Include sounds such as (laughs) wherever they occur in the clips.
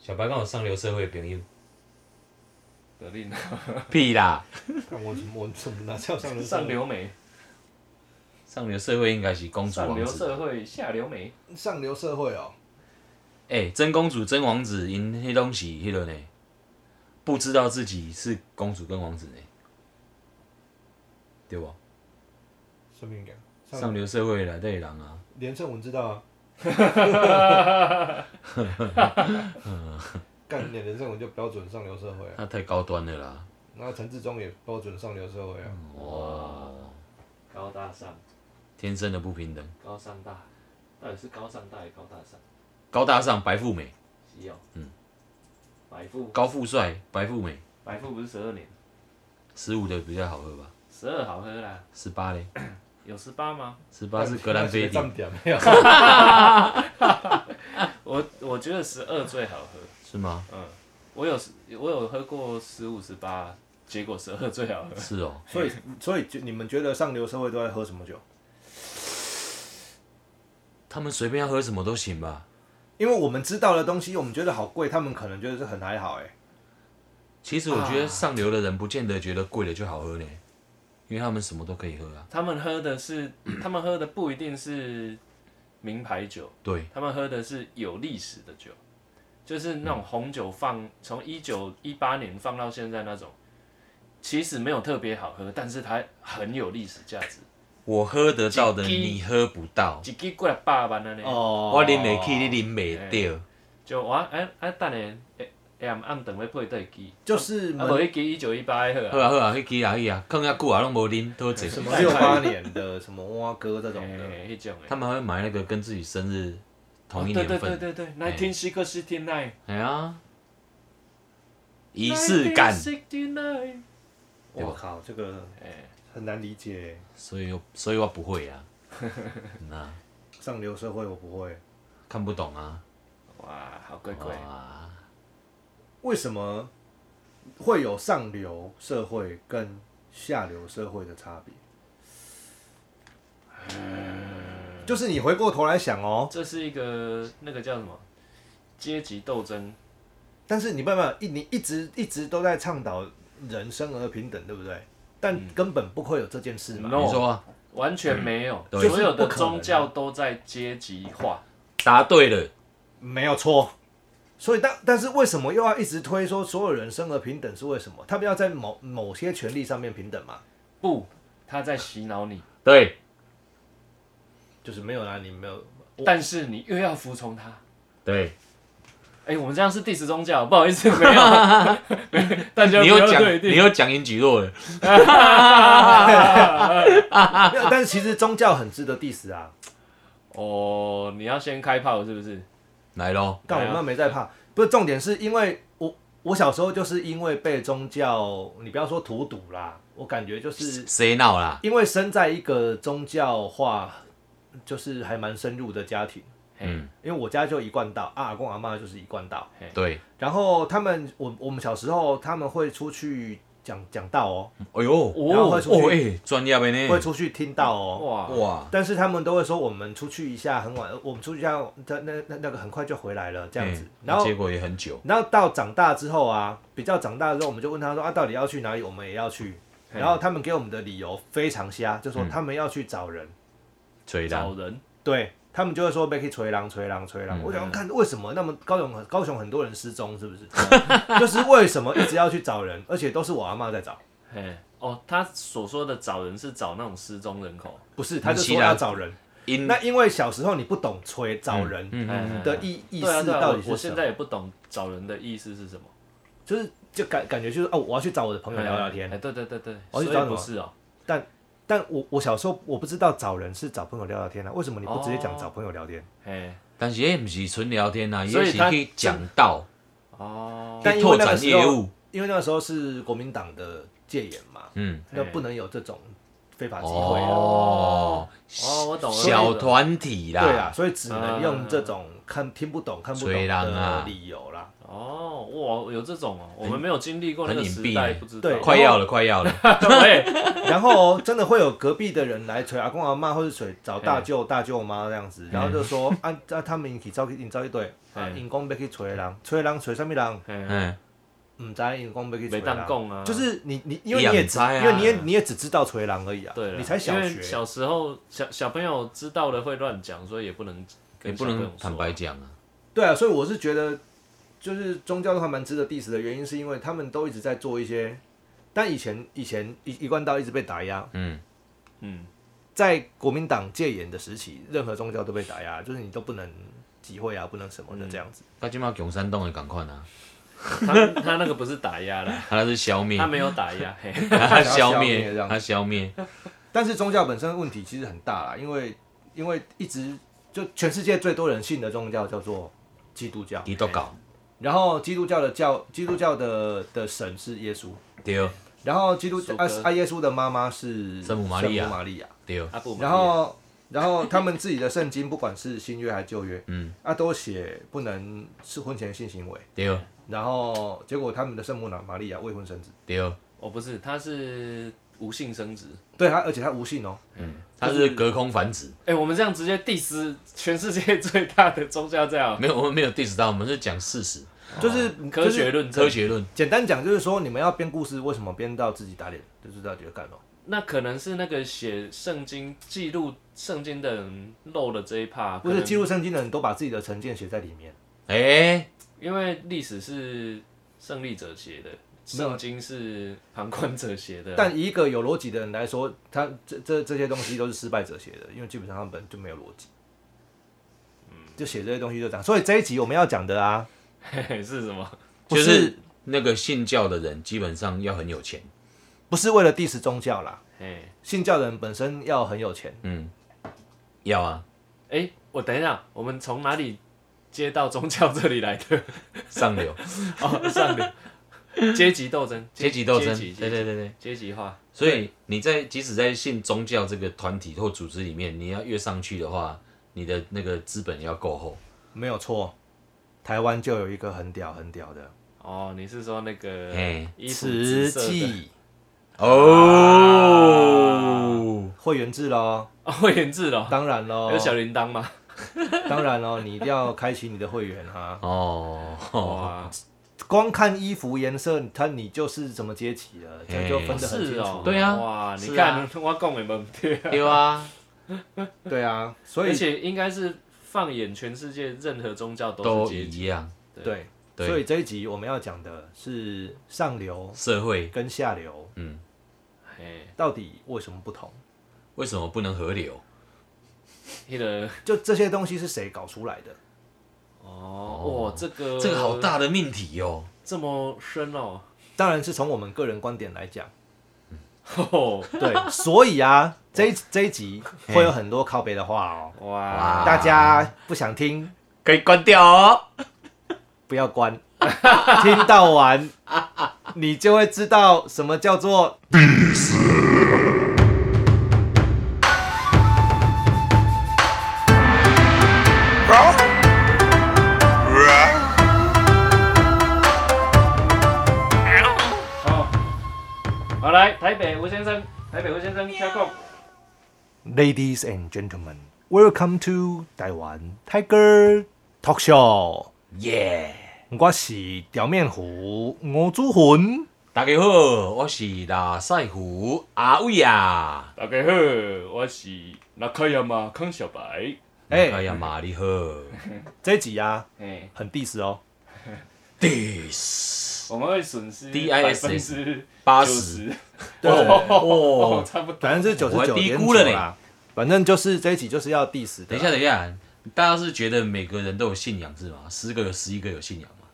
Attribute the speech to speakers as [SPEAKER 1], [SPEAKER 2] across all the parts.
[SPEAKER 1] 小白刚有上流社会的朋友，
[SPEAKER 2] 德 (laughs) 令啊，
[SPEAKER 1] 屁啦！
[SPEAKER 3] 看我怎么我怎么哪叫上流社会
[SPEAKER 2] 上流美，
[SPEAKER 1] 上流社会应该是公主
[SPEAKER 2] 上
[SPEAKER 1] 王
[SPEAKER 2] 流
[SPEAKER 1] 子。
[SPEAKER 2] 社会，下流美，
[SPEAKER 3] 上流社会哦，
[SPEAKER 1] 哎、真公主、真王子，因迄东西迄落呢，不知道自己是公主跟王子呢，对不？
[SPEAKER 3] 顺便讲上
[SPEAKER 1] 上流社会内底人啊，
[SPEAKER 3] 连胜文知道啊，
[SPEAKER 1] (laughs)
[SPEAKER 3] 干你连胜文就标准上流社会啊，
[SPEAKER 1] 那太高端了啦。
[SPEAKER 3] 然后陈志忠也标准上流社会啊，
[SPEAKER 1] 嗯哇，
[SPEAKER 2] 高大上，
[SPEAKER 1] 天生的不平等，
[SPEAKER 2] 高尚大，到底是高尚大还是高大上？
[SPEAKER 1] 高大上白富美，
[SPEAKER 2] 稀有，嗯，白富，
[SPEAKER 1] 高富帅白富美，
[SPEAKER 2] 白富不是十二年，
[SPEAKER 1] 十五的比较好喝吧？
[SPEAKER 2] 十二好喝啦，
[SPEAKER 1] 十八嘞，
[SPEAKER 2] 有十八吗？
[SPEAKER 1] 十八是格兰 (laughs) 菲迪，
[SPEAKER 3] 上点没有，
[SPEAKER 2] 我我觉得十二最好喝，
[SPEAKER 1] 是吗？
[SPEAKER 2] 嗯，我有我有喝过十五十八，结果十二最好喝。
[SPEAKER 1] 是哦，
[SPEAKER 3] (laughs) 所以所以就你们觉得上流社会都在喝什么酒？
[SPEAKER 1] 他们随便要喝什么都行吧？
[SPEAKER 3] 因为我们知道的东西，我们觉得好贵，他们可能觉得是很还好哎、
[SPEAKER 1] 其实我觉
[SPEAKER 2] 啊
[SPEAKER 1] 得上流的人不见得觉得贵了就好喝呢，因为他们什么都可以喝啊。
[SPEAKER 2] 他们喝的是， (coughs) 他们喝的不一定是名牌酒，
[SPEAKER 1] 对，
[SPEAKER 2] 他们喝的是有历史的酒，就是那种红酒放从一九一八年放到现在那种，其实没有特别好喝，但是它很有历史价值。
[SPEAKER 1] 我喝得到的
[SPEAKER 2] 一支
[SPEAKER 1] 你喝不到，
[SPEAKER 2] 一支过来八万的呢，
[SPEAKER 3] 哦
[SPEAKER 1] 我啉袂起，你啉袂到。
[SPEAKER 2] 就我哎哎等下，哎哎暗顿要配对支，
[SPEAKER 3] 就是
[SPEAKER 1] 嗯
[SPEAKER 2] 啊
[SPEAKER 3] 门
[SPEAKER 2] 无一支一九一八
[SPEAKER 1] 好
[SPEAKER 2] 的喝啊，
[SPEAKER 1] 啊好啊，迄支啊迄啊，放遐久啊拢无啉，都坐。
[SPEAKER 3] 什么六八年的什么蛙哥这种的，
[SPEAKER 2] 哎迄种的
[SPEAKER 1] 他。们还会买那个跟自己生日同一
[SPEAKER 2] 对
[SPEAKER 1] 年
[SPEAKER 2] 哦对
[SPEAKER 1] 份哎
[SPEAKER 2] 对
[SPEAKER 1] 的，
[SPEAKER 2] 对对，nineteen sixty nine，
[SPEAKER 1] 哎呀，仪式感，
[SPEAKER 2] ，sixty nine，
[SPEAKER 1] 对吧
[SPEAKER 3] 我靠，这个
[SPEAKER 2] 哎。
[SPEAKER 3] 很难理解欸。
[SPEAKER 1] 所以我所以我不会啊，那
[SPEAKER 3] 上流社会我不会，
[SPEAKER 1] 看不懂啊，
[SPEAKER 2] 哇，好贵贵！
[SPEAKER 1] 哇，
[SPEAKER 3] 为什么会有上流社会跟下流社会的差别？就是你回过头来想哦，
[SPEAKER 2] 这是一个那个叫什么阶级斗争？
[SPEAKER 3] 但是你办法一你一直一直都在倡导人生而平等，对不对？但根本不会有这件事嘛。
[SPEAKER 2] No
[SPEAKER 1] 你说啊
[SPEAKER 2] 完全没有，
[SPEAKER 1] 对
[SPEAKER 2] 所有
[SPEAKER 3] 就是
[SPEAKER 2] 的
[SPEAKER 3] 不可能啊
[SPEAKER 2] 宗教都在阶级化。
[SPEAKER 1] 答对了，
[SPEAKER 3] 没有错。所以但但是为什么又要一直推说所有人生而平等是为什么？他们要在某某些权利上面平等嘛？
[SPEAKER 2] 不，他在洗脑你，
[SPEAKER 1] 对，
[SPEAKER 3] 就是没有啦，你没有
[SPEAKER 2] 但是你又要服从他。
[SPEAKER 1] 对，
[SPEAKER 2] 哎、我们这样是第十宗教，不好意
[SPEAKER 3] (laughs)
[SPEAKER 2] 思，没有， (laughs) 大家
[SPEAKER 1] 你
[SPEAKER 2] 不
[SPEAKER 1] 又
[SPEAKER 2] 要
[SPEAKER 1] 讲
[SPEAKER 2] 对
[SPEAKER 1] 你
[SPEAKER 2] 立。
[SPEAKER 1] 又讲赢举弱了，
[SPEAKER 3] 没有，但是其实宗教很值得 diss 啊。
[SPEAKER 2] (laughs) 哦，你要先开炮是不是？
[SPEAKER 1] 来咯，
[SPEAKER 3] 但
[SPEAKER 2] 对
[SPEAKER 3] 我
[SPEAKER 2] 啊
[SPEAKER 3] 们没在怕，不是重点是因为我我小时候就是因为被宗教，你不要说荼毒啦，我感觉就是
[SPEAKER 1] 谁闹啦？
[SPEAKER 3] 因为生在一个宗教化，就是还蛮深入的家庭。
[SPEAKER 1] 嗯，
[SPEAKER 3] 因为我家就一贯道，啊、阿公阿妈就是一贯道，
[SPEAKER 1] 对，
[SPEAKER 3] 然后他们，我我们小时候他们会出去讲讲道哦，
[SPEAKER 1] 哎呦，
[SPEAKER 3] 然后
[SPEAKER 1] 哦
[SPEAKER 3] 会出去
[SPEAKER 1] 哦，哎，专业的
[SPEAKER 2] 嗯
[SPEAKER 3] 会
[SPEAKER 1] 呢，
[SPEAKER 3] 出去听到哦。
[SPEAKER 2] 哇，
[SPEAKER 1] 哇，
[SPEAKER 3] 但是他们都会说我们出去一下很晚，我们出去一下，那那那那个很快就回来了这样子
[SPEAKER 2] 嗯
[SPEAKER 1] 哎。
[SPEAKER 3] 然后
[SPEAKER 1] 结果也很久，
[SPEAKER 3] 然后到长大之后啊，比较长大之后，我们就问他说啊，到底要去哪里？我们也要去。
[SPEAKER 2] 嘿嗯
[SPEAKER 3] 然后他们给我们的理由非常瞎，就说他们要去找人，
[SPEAKER 1] 吹啦
[SPEAKER 2] 找，人，
[SPEAKER 3] 对他们就会说被去锤狼、锤狼、锤
[SPEAKER 2] 嗯
[SPEAKER 3] 狼。我想要看为什么那么高雄高雄很多人失踪，是不是？就是 (laughs) 为什么一直要去找人，而且都是我阿妈在找。
[SPEAKER 2] 嘿，哦，他所说的找人是找那种失踪人口，
[SPEAKER 3] 不是，他就
[SPEAKER 1] 其
[SPEAKER 3] 说要
[SPEAKER 1] 然
[SPEAKER 3] 找人。
[SPEAKER 1] 因
[SPEAKER 3] 那因为小时候你不懂催找人
[SPEAKER 1] 嗯
[SPEAKER 2] 嗯
[SPEAKER 3] 的意意
[SPEAKER 2] 对啊
[SPEAKER 3] 思
[SPEAKER 2] 对啊
[SPEAKER 3] 到底
[SPEAKER 2] 我我
[SPEAKER 3] 是什
[SPEAKER 2] 现
[SPEAKER 3] 么
[SPEAKER 2] 在，也不懂找人的意思是什么。
[SPEAKER 3] 就是就感感觉就是哦，我要去找我的朋友聊聊天
[SPEAKER 2] 哎，。对对对对，
[SPEAKER 3] 哦
[SPEAKER 2] 所
[SPEAKER 3] 去
[SPEAKER 2] 以
[SPEAKER 3] 找
[SPEAKER 2] 不
[SPEAKER 3] 什么
[SPEAKER 2] 是哦，
[SPEAKER 3] 但我我小时候我不知道找人是找朋友聊聊天啊，为什么你不直接讲
[SPEAKER 2] 哦
[SPEAKER 3] 找朋友聊天？
[SPEAKER 2] 哎，
[SPEAKER 1] 但是也不是纯聊天呐、啊，
[SPEAKER 2] 所
[SPEAKER 1] 也
[SPEAKER 2] 以
[SPEAKER 1] 是
[SPEAKER 2] 他
[SPEAKER 1] 去讲道、
[SPEAKER 2] 哦，
[SPEAKER 3] 但
[SPEAKER 1] 去
[SPEAKER 3] 因
[SPEAKER 1] 拓
[SPEAKER 3] 为那个
[SPEAKER 1] 展
[SPEAKER 3] 时
[SPEAKER 1] 业
[SPEAKER 3] 候，
[SPEAKER 1] 务。
[SPEAKER 3] 因为那个时候是国民党的戒严嘛，
[SPEAKER 1] 嗯，
[SPEAKER 3] 那
[SPEAKER 2] 嘿
[SPEAKER 3] 不能有这种非法集会啊。
[SPEAKER 1] 哦，
[SPEAKER 2] 哦，我懂了。
[SPEAKER 1] 小团体啦，
[SPEAKER 3] 啊对啊，所以只能
[SPEAKER 2] 嗯
[SPEAKER 3] 用这种看听不懂、看不懂
[SPEAKER 1] 吹狼啊
[SPEAKER 3] 的理由啦。
[SPEAKER 2] 哦，哇，有这种哦，我们没有经历过那个时
[SPEAKER 1] 很隐蔽
[SPEAKER 2] 代，
[SPEAKER 1] 欸
[SPEAKER 2] 不知道。
[SPEAKER 3] 对
[SPEAKER 1] 快要了，快要了，
[SPEAKER 2] (laughs)
[SPEAKER 3] (laughs)
[SPEAKER 2] 对，
[SPEAKER 3] 然后哦真的会有隔壁的人来捶阿公阿妈，或者捶找大舅大舅妈这样子，然后就说啊啊，他们引起招引招一堆，啊
[SPEAKER 2] 嗯嘿
[SPEAKER 3] 引公被去捶人，捶人捶什么人？
[SPEAKER 2] 嗯，
[SPEAKER 1] 嗯，
[SPEAKER 3] 唔知引公被去捶
[SPEAKER 2] 没当
[SPEAKER 3] 人，
[SPEAKER 2] 供啊，
[SPEAKER 3] 就是你你因
[SPEAKER 1] 一
[SPEAKER 3] 为你也
[SPEAKER 1] 样
[SPEAKER 3] 只
[SPEAKER 1] 知啊
[SPEAKER 3] 因为你也你也只知道捶人而已啊，
[SPEAKER 2] 对啦
[SPEAKER 3] 你才小
[SPEAKER 2] 因为
[SPEAKER 3] 学，
[SPEAKER 2] 小时候小小朋友知道了会乱讲，所以也不能
[SPEAKER 1] 也
[SPEAKER 2] 跟
[SPEAKER 1] 哎不
[SPEAKER 2] 小朋友
[SPEAKER 1] 能
[SPEAKER 2] 说
[SPEAKER 1] 坦白讲啊。
[SPEAKER 3] 对啊，所以我是觉得就是宗教都还蛮值得 diss 的原因，是因为他们都一直在做一些，但以前以前一一贯道一直被打压，
[SPEAKER 1] 嗯，
[SPEAKER 2] 嗯，
[SPEAKER 3] 在国民党戒严的时期，任何宗教都被打压，就是你都不能集会啊，不能什么的这样子。
[SPEAKER 1] 他今嘛穷山洞的赶快啊，
[SPEAKER 2] 他 (laughs) 他那个不是打压啦，
[SPEAKER 1] 他那是消灭
[SPEAKER 2] 他，
[SPEAKER 1] (laughs)
[SPEAKER 2] 没有打压，嘿，
[SPEAKER 1] 他消
[SPEAKER 3] 想要消灭
[SPEAKER 1] 灭
[SPEAKER 3] 这，样
[SPEAKER 1] 他消灭，
[SPEAKER 3] 但是宗教本身问题其实很大啦，因为因为一直就全世界最多人信的宗教叫做基督教，
[SPEAKER 1] 你都搞
[SPEAKER 3] 然后基督教的教基督教的的神是耶稣，
[SPEAKER 1] 对
[SPEAKER 3] 然后基督
[SPEAKER 2] 苏格
[SPEAKER 3] 啊啊耶稣的妈妈是
[SPEAKER 1] 圣母玛利亚
[SPEAKER 3] 圣母玛利亚，
[SPEAKER 1] 对，
[SPEAKER 2] 阿布玛利亚，
[SPEAKER 3] 然后然后他们自己的圣经不管是新约还是旧约，
[SPEAKER 1] 嗯，
[SPEAKER 3] 啊都写不能是婚前性行为，
[SPEAKER 1] 对
[SPEAKER 3] 然后结果他们的圣母玛玛利亚未婚生子。
[SPEAKER 1] 对，
[SPEAKER 2] 哦不是，他是无性生殖，
[SPEAKER 3] 对他，而且他无性哦、
[SPEAKER 1] 他是隔空繁殖，
[SPEAKER 2] 哎，我们这样直接 diss 全世界最大的宗教这样，
[SPEAKER 1] 没有我们没有 diss 到，我们是讲事实，
[SPEAKER 3] 就是
[SPEAKER 2] 科
[SPEAKER 3] 就是
[SPEAKER 2] 学论
[SPEAKER 1] 哦科
[SPEAKER 2] 证，
[SPEAKER 1] 学论，
[SPEAKER 3] 简单讲，就是说你们要编故事，为什么编到自己打脸，就是到底在干嘛？
[SPEAKER 2] 那可能是那个写圣经记录圣经的人漏了这一
[SPEAKER 1] 啊
[SPEAKER 2] part，
[SPEAKER 3] 不
[SPEAKER 2] 可
[SPEAKER 3] 是
[SPEAKER 2] 能
[SPEAKER 3] 记录圣经的人都把自己的成见写在里面，
[SPEAKER 1] 哎，
[SPEAKER 2] 因为历史是胜利者写的，
[SPEAKER 3] 没有
[SPEAKER 2] 圣经是旁观者写的啊，
[SPEAKER 3] 但以一个有逻辑的人来说，他这这这些东西都是失败者写的，因为基本上他们本就没有逻辑，就写这些东西就这样。所以这一集我们要讲的啊，
[SPEAKER 2] 嘿 (laughs) 嘿是什么？
[SPEAKER 3] 不、
[SPEAKER 1] 就是是那个信教的人基本上要很有钱，
[SPEAKER 3] 不是为了 diss 宗教啦，
[SPEAKER 2] 哎
[SPEAKER 3] 信教的人本身要很有钱，
[SPEAKER 1] 嗯，要啊，
[SPEAKER 2] 哎，我等一下，我们从哪里接到宗教这里来的？
[SPEAKER 1] 上流
[SPEAKER 2] 哦，上流阶级斗争，
[SPEAKER 1] (laughs) 阶级斗争，
[SPEAKER 2] 阶级
[SPEAKER 1] 对对对对。
[SPEAKER 2] 阶级化，
[SPEAKER 1] 所以你在即使在信宗教这个团体或组织里面，你要越上去的话，你的那个资本要够厚。
[SPEAKER 3] 没有错。台湾就有一个很屌很屌的
[SPEAKER 2] 哦，你是说那个
[SPEAKER 1] 嘿
[SPEAKER 2] 衣服
[SPEAKER 3] 慈
[SPEAKER 2] 紫色的
[SPEAKER 3] 济
[SPEAKER 2] 啊
[SPEAKER 3] (laughs)
[SPEAKER 1] 哦，
[SPEAKER 3] 会员制喽，
[SPEAKER 2] 哦，会员制的哦，
[SPEAKER 3] 当然喽，
[SPEAKER 2] (laughs) 有小铃铛吗？
[SPEAKER 3] (laughs) 当然哦，你一定要开启你的会员哈。
[SPEAKER 1] 哦，
[SPEAKER 2] 哇，
[SPEAKER 3] 光看衣服颜色，它你就是什么阶级了，这样就分得很清
[SPEAKER 2] 是
[SPEAKER 3] 楚。
[SPEAKER 2] 哦，
[SPEAKER 1] 对啊
[SPEAKER 2] 哇，你
[SPEAKER 1] 是
[SPEAKER 2] 看
[SPEAKER 1] 啊
[SPEAKER 2] 我讲的没
[SPEAKER 1] (laughs)
[SPEAKER 2] 对，
[SPEAKER 1] 有啊，
[SPEAKER 3] 对啊，所
[SPEAKER 2] 而
[SPEAKER 3] 以
[SPEAKER 2] 且应该是放眼全世界，任何宗教都
[SPEAKER 1] 都
[SPEAKER 2] 是阶级，
[SPEAKER 1] 一样，
[SPEAKER 3] 对，
[SPEAKER 1] 对
[SPEAKER 3] 所以这一集我们要讲的是上流
[SPEAKER 1] 社会嗯
[SPEAKER 3] 跟下流
[SPEAKER 2] 嘿，
[SPEAKER 3] 到底为什么不同？
[SPEAKER 1] 为什么不能合流？
[SPEAKER 2] 那个
[SPEAKER 3] 就这些东西是谁搞出来的？
[SPEAKER 2] (laughs) 哦，哇，这个
[SPEAKER 1] 这个好，大的命题哦。
[SPEAKER 2] 这么深哦，
[SPEAKER 3] 当然是从我们个人观点来讲。
[SPEAKER 2] 吼
[SPEAKER 3] 对， (laughs) 所以啊，这一这一集会有很多靠北的话哦，
[SPEAKER 2] 哇，
[SPEAKER 3] 大家不想听
[SPEAKER 1] 可以关掉哦。
[SPEAKER 3] 不要关， (laughs) 听到完你就会知道什么叫做
[SPEAKER 2] 好，好来，台北吴先生，台北吴先生，加共。
[SPEAKER 3] Ladies and gentlemen, welcome to 台湾 Tiger Talk Show。
[SPEAKER 1] 耶，
[SPEAKER 3] 我是表面虎吴祖魂，
[SPEAKER 1] 大家好，我是拉塞虎阿伟啊。
[SPEAKER 2] 大家好，我是那克亚马康小白。
[SPEAKER 3] 哎
[SPEAKER 1] 哎呀，玛丽好
[SPEAKER 3] 这一集啊
[SPEAKER 2] 哎，
[SPEAKER 3] 很 diss 哦，
[SPEAKER 1] ，dis
[SPEAKER 2] 我们会损失
[SPEAKER 1] DIS
[SPEAKER 2] 百分之
[SPEAKER 1] (laughs) 八十，
[SPEAKER 2] 十，
[SPEAKER 3] 对
[SPEAKER 2] 哦，差不多。
[SPEAKER 3] 百分之九
[SPEAKER 1] 我
[SPEAKER 3] 十
[SPEAKER 1] 还
[SPEAKER 3] 九
[SPEAKER 1] 低
[SPEAKER 3] 点
[SPEAKER 1] 估
[SPEAKER 3] 九
[SPEAKER 1] 了呢
[SPEAKER 3] 啦。反正就是这一集就是要 diss 的。
[SPEAKER 1] 等一下，，等一下，大家是觉得每个人都有信仰是吗？十个有十一个有信仰吗？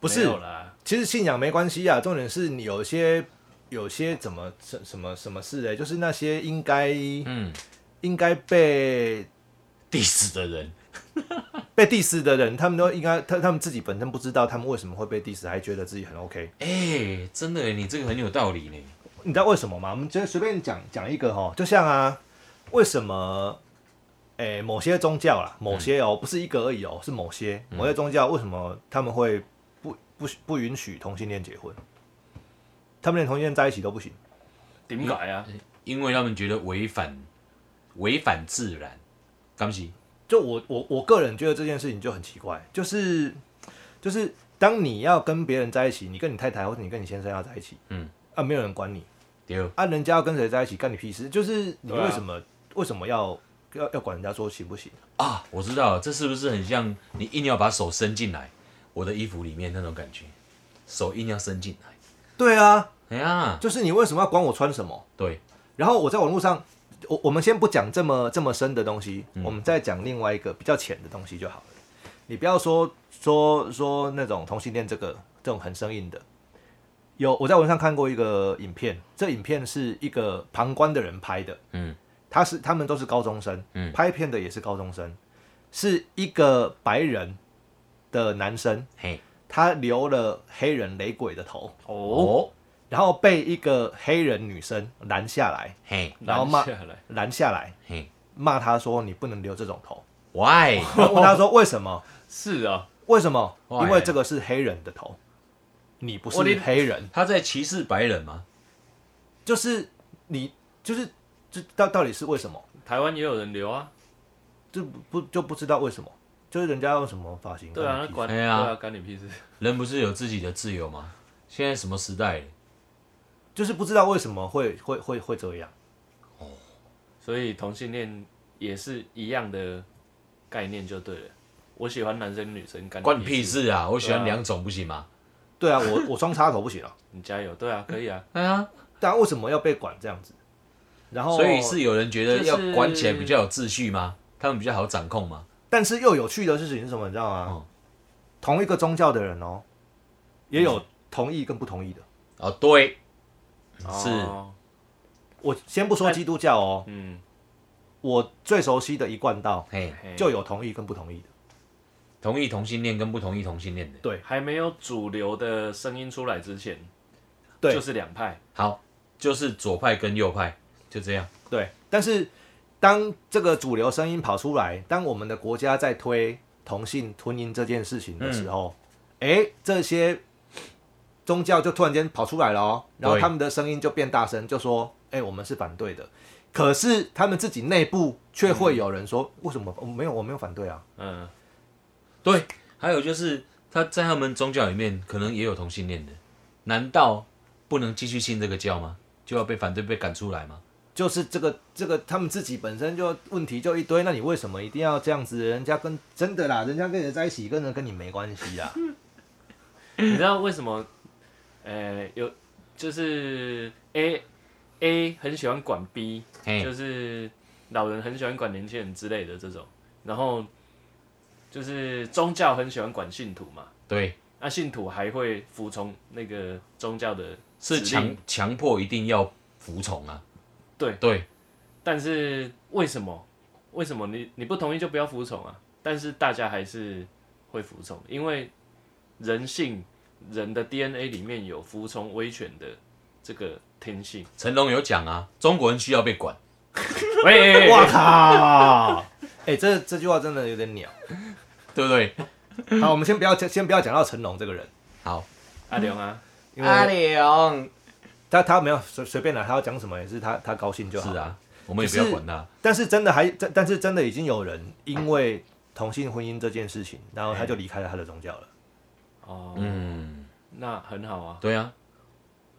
[SPEAKER 3] 不
[SPEAKER 2] 没
[SPEAKER 3] 是
[SPEAKER 2] 有，啦，
[SPEAKER 3] 其实信仰没关系啊，重点是你有些有些怎么什什么什么事哎、就是那些应该
[SPEAKER 1] 嗯
[SPEAKER 3] 应该被
[SPEAKER 1] ，diss 的人，
[SPEAKER 3] 被 diss 的人，他们都应该他他们自己本身不知道他们为什么会被 diss，还觉得自己很 OK。
[SPEAKER 1] 哎、真的耶，你这个很有道理呢。
[SPEAKER 3] 你知道为什么吗？我们就随便讲讲一个哈，就像啊，为什么？诶、某些
[SPEAKER 2] 嗯
[SPEAKER 3] 宗教啦，某些哦、不是一个而已哦、是某些某些宗教，为什么他们会不不不许不允许同性恋结婚，他们连同性恋在一起都不行。
[SPEAKER 2] 点解啊？
[SPEAKER 1] 因为他们觉得违反违反自然，刚西。
[SPEAKER 3] 就我我我个人觉得这件事情就很奇怪，就是就是当你要跟别人在一起，你跟你太太或者你跟你先生要在一起，
[SPEAKER 1] 嗯，
[SPEAKER 3] 啊，没有人管你，
[SPEAKER 1] 对，
[SPEAKER 3] 啊，人家要跟谁在一起干你屁事？就是你
[SPEAKER 2] 对啊
[SPEAKER 3] 为什么、为什么要要要管人家说行不行？
[SPEAKER 1] 啊，我知道了，这是不是很像你硬要把手伸进来我的衣服里面那种感觉？手硬要伸进来，
[SPEAKER 3] 对啊，
[SPEAKER 1] 哎呀，
[SPEAKER 3] 就是你为什么要管我穿什么？
[SPEAKER 1] 对，
[SPEAKER 3] 然后我在网络上，我我们先不讲这么这么深的东西，
[SPEAKER 1] 嗯
[SPEAKER 3] 我们再讲另外一个比较浅的东西就好了。你不要说说说那种同性恋这个这种很生硬的。有我在网上看过一个影片，这影片是一个旁观的人拍的，
[SPEAKER 1] 嗯，
[SPEAKER 3] 他是他们都是高中生，
[SPEAKER 1] 嗯
[SPEAKER 3] 拍片的也是高中生，是一个白人的男生，
[SPEAKER 1] 嘿，
[SPEAKER 3] 他留了黑人雷鬼的头，
[SPEAKER 2] 哦，
[SPEAKER 1] 哦，
[SPEAKER 3] 然后被一个黑人女生拦下来，
[SPEAKER 1] 嘿，
[SPEAKER 3] 然后骂
[SPEAKER 2] 拦下来，
[SPEAKER 3] 拦下来，
[SPEAKER 1] 嘿
[SPEAKER 3] 骂他说你不能留这种
[SPEAKER 1] (laughs)
[SPEAKER 3] 头。
[SPEAKER 1] ，why？
[SPEAKER 3] 然后问他说为什么？
[SPEAKER 2] 是啊，
[SPEAKER 3] 为什么？
[SPEAKER 1] Why？
[SPEAKER 3] 因为这个是黑人的头，你不是
[SPEAKER 1] 我连
[SPEAKER 3] 黑人，
[SPEAKER 1] 他在歧视白人吗？
[SPEAKER 3] 就是你就是这到到底是为什么？
[SPEAKER 2] 台湾也有人留啊，
[SPEAKER 3] 就不就不知道为什么，就是人家用什么发型？
[SPEAKER 2] 对啊，
[SPEAKER 3] 跟
[SPEAKER 2] 那
[SPEAKER 3] 你屁
[SPEAKER 2] 管
[SPEAKER 1] 哎
[SPEAKER 2] 对
[SPEAKER 1] 呀
[SPEAKER 2] 啊，干你屁事，
[SPEAKER 1] 人不是有自己的自由吗？现在什么时代了？
[SPEAKER 3] 就是不知道为什么会会会会这样。
[SPEAKER 2] 所以同性恋也是一样的概念就对了。我喜欢男生女生，干
[SPEAKER 1] 关你屁！事啊！我喜
[SPEAKER 2] 对
[SPEAKER 1] 欢
[SPEAKER 2] 啊
[SPEAKER 1] 两种不行吗？
[SPEAKER 3] 对啊，我我双插头不行啊，
[SPEAKER 2] 你加油，对啊，可以啊，
[SPEAKER 1] 哎呀，
[SPEAKER 3] 但为什么要被管这样子？然后，
[SPEAKER 1] 啊所以哦是有人觉得
[SPEAKER 2] 就是
[SPEAKER 1] 要管起来比较有秩序吗？他们比较好掌控吗？
[SPEAKER 3] 但是又有趣的事情是什么？你知道吗？
[SPEAKER 1] 嗯
[SPEAKER 3] 同一个宗教的人哦，也有同意跟不同意的。
[SPEAKER 1] 哦，对，是
[SPEAKER 2] 哦
[SPEAKER 3] 我先不说基督教哦，
[SPEAKER 2] 嗯，
[SPEAKER 3] 我最熟悉的一贯道
[SPEAKER 1] 嘿，
[SPEAKER 2] 嘿
[SPEAKER 3] 就有同意跟不同意的。
[SPEAKER 1] 同意同性恋跟不同意同性恋的，
[SPEAKER 2] 还没有主流的声音出来之前，
[SPEAKER 3] 对
[SPEAKER 2] 就是两派，
[SPEAKER 1] 好，就是左派跟右派，就这样。
[SPEAKER 3] 对，但是当这个主流声音跑出来，当我们的国家在推同性婚姻这件事情的时候，诶，这些宗教就突然间跑出来了哦，然后
[SPEAKER 1] 对
[SPEAKER 3] 他们的声音就变大声，就说：“诶，我们是反对的。”可是他们自己内部却会有人说：“为什么我没有我没有反对啊
[SPEAKER 2] 嗯，
[SPEAKER 1] 对，还有就是他在他们宗教里面可能也有同性恋的，难道不能继续信这个教吗？就要被反对被赶出来吗？？”
[SPEAKER 3] 就是这个这个，他们自己本身就问题就一堆，那你为什么一定要这样子？人家跟真的啦，人家跟人在一起，跟人跟你没关系啊啦。
[SPEAKER 2] 你知道为什么？呃，有就是 A A 很喜欢管 B，
[SPEAKER 1] 嘿，
[SPEAKER 2] 就是老人很喜欢管年轻人之类的这种，然后就是宗教很喜欢管信徒嘛，
[SPEAKER 1] 对，
[SPEAKER 2] 那、信徒还会服从那个宗教的
[SPEAKER 1] 是
[SPEAKER 2] 指令
[SPEAKER 1] 强强迫一定要服从啊。
[SPEAKER 2] 对
[SPEAKER 1] 对，
[SPEAKER 2] 但是为什么？为什么你你不同意就不要服从啊？但是大家还是会服从，因为人性人的 DNA 里面有服从威权的这个天
[SPEAKER 1] (laughs)
[SPEAKER 2] 性。
[SPEAKER 1] 成龙有讲啊，中国人需要被管。
[SPEAKER 2] 喂喂，喂
[SPEAKER 3] 我靠！哎、这这句话真的有点鸟。
[SPEAKER 1] 对不对？
[SPEAKER 3] 好，我们先不要先不要讲到成龙这个人，
[SPEAKER 1] 好，
[SPEAKER 2] 阿良啊，
[SPEAKER 3] 因为
[SPEAKER 1] 龙
[SPEAKER 3] 他他没有随随便来，他要讲什么也是他他高兴就好。
[SPEAKER 1] 是，啊，我们也不要管他。
[SPEAKER 3] 但是真的还但但是真的已经有人因为同性婚姻这件事情，然
[SPEAKER 1] 哎
[SPEAKER 3] 后他就离开了他的宗教了。
[SPEAKER 2] 哦，
[SPEAKER 1] 嗯，
[SPEAKER 2] 那很好啊，
[SPEAKER 1] 对啊，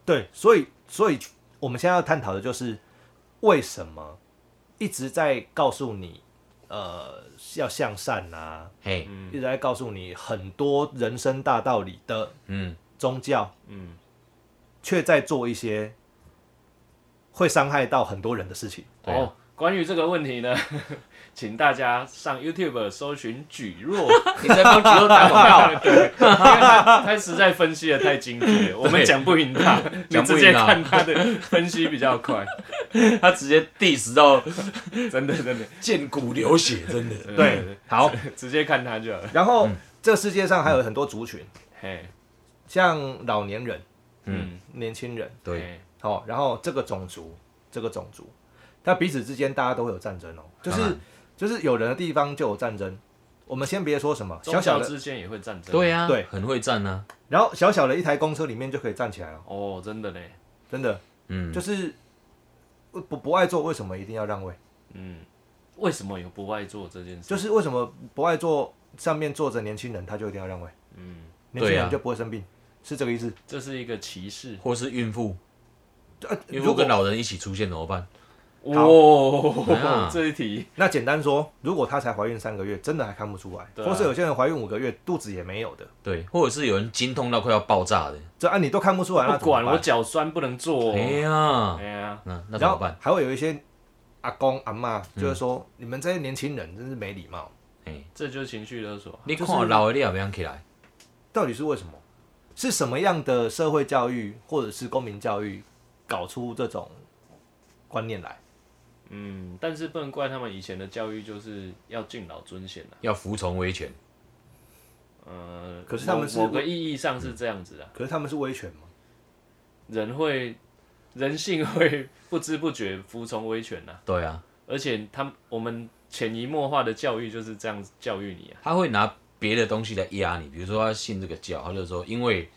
[SPEAKER 3] 对，所以所以我们现在要探讨的就是为什么一直在告诉你，呃，要向善啊，
[SPEAKER 1] 嘿，
[SPEAKER 3] 一直在告诉你很多人生大道理的
[SPEAKER 1] 嗯，
[SPEAKER 3] 宗教，
[SPEAKER 2] 嗯，
[SPEAKER 3] 却在做一些会伤害到很多人的事情。
[SPEAKER 1] 对啊
[SPEAKER 2] 哦，关于这个问题呢， (laughs) 请大家上 YouTube 搜寻举弱，
[SPEAKER 1] 你在帮橘肉打广告，
[SPEAKER 2] (laughs) 对，因为他他实在分析的太精辟了，我们讲不赢他，你
[SPEAKER 1] 讲不
[SPEAKER 2] 直
[SPEAKER 1] 赢他
[SPEAKER 2] 接看他的分析比较快，
[SPEAKER 1] (laughs)
[SPEAKER 2] (laughs)
[SPEAKER 1] 他直接 diss 到
[SPEAKER 2] 真的真的，
[SPEAKER 1] 见骨流血，真的。
[SPEAKER 2] 对
[SPEAKER 3] 对，
[SPEAKER 1] 好，
[SPEAKER 2] 直接看他就好了，
[SPEAKER 3] 然后、这世界上还有很多族群，
[SPEAKER 2] 嘿，
[SPEAKER 3] 像老年人、
[SPEAKER 2] 嗯，
[SPEAKER 3] 年轻人，
[SPEAKER 1] 对，
[SPEAKER 2] 嘿，
[SPEAKER 3] 好、然后这个种族、这个种族，它彼此之间大家都会有战争哦，就是
[SPEAKER 1] 当然
[SPEAKER 3] 就是有人的地方就有战争，我们先别说什么小
[SPEAKER 2] 宗
[SPEAKER 3] 小
[SPEAKER 2] 教
[SPEAKER 3] 的，
[SPEAKER 2] 之间也会战争。
[SPEAKER 1] 对呀、
[SPEAKER 3] 对
[SPEAKER 1] 很会站啊，
[SPEAKER 3] 然后小小的一台公车里面就可以站起来了，
[SPEAKER 2] 哦，真的嘞，
[SPEAKER 3] 真的
[SPEAKER 1] 嗯，
[SPEAKER 3] 就是不不爱坐，为什么一定要让位？
[SPEAKER 2] 嗯，为什么有不爱做这件事？
[SPEAKER 3] 就是为什么不爱坐上面坐着年轻人，他就一定要让位？
[SPEAKER 2] 嗯，
[SPEAKER 3] 年轻
[SPEAKER 1] 对
[SPEAKER 3] 人
[SPEAKER 1] 啊
[SPEAKER 3] 就不会生病，是这个意思？
[SPEAKER 2] 这是一个歧视。
[SPEAKER 1] 或是孕妇，
[SPEAKER 3] 呃，
[SPEAKER 1] 孕
[SPEAKER 3] 如
[SPEAKER 1] 妇
[SPEAKER 3] 果
[SPEAKER 1] 跟老人一起出现怎么办？
[SPEAKER 2] 哇、
[SPEAKER 1] 啊
[SPEAKER 2] 这一题，
[SPEAKER 3] 那简单说，如果她才怀孕三个月，真的还看不出来，
[SPEAKER 2] 对啊
[SPEAKER 3] 或是有些人怀孕五个月肚子也没有的，
[SPEAKER 1] 对，或者是有人经痛到快要爆炸的，
[SPEAKER 3] 这啊按、你都看不出来，那
[SPEAKER 2] 不管
[SPEAKER 3] 怎么办
[SPEAKER 2] 我脚酸不能做、
[SPEAKER 1] 哎呀
[SPEAKER 2] 哦。哎，呀，
[SPEAKER 1] 那那怎
[SPEAKER 3] 然
[SPEAKER 1] 么
[SPEAKER 3] 后
[SPEAKER 1] 办？
[SPEAKER 3] 还会有一些阿公阿妈，就是说、你们这些年轻人真是没礼貌，
[SPEAKER 1] 哎，
[SPEAKER 2] 这就是情绪勒索。
[SPEAKER 1] 你
[SPEAKER 3] 就是
[SPEAKER 1] 看老的你也不想起来，
[SPEAKER 3] 到底是为什么？是什么样的社会教育或者是公民教育搞出这种观念来？
[SPEAKER 2] 嗯，但是不能怪他们以前的教育就是要敬老尊贤啊。
[SPEAKER 1] 要服从威权，
[SPEAKER 2] 呃，
[SPEAKER 3] 可是他们是
[SPEAKER 2] 某某个意义上是这样子的、啊
[SPEAKER 3] 可是他们是威权嘛？
[SPEAKER 2] 嗯人会人性会不知不觉服从威权呐、啊，
[SPEAKER 1] 对啊，
[SPEAKER 2] 而且他们我们潜移默化的教育就是这样子教育你啊。
[SPEAKER 1] 他会拿别的东西来压你，比如说他信这个教，他就说因为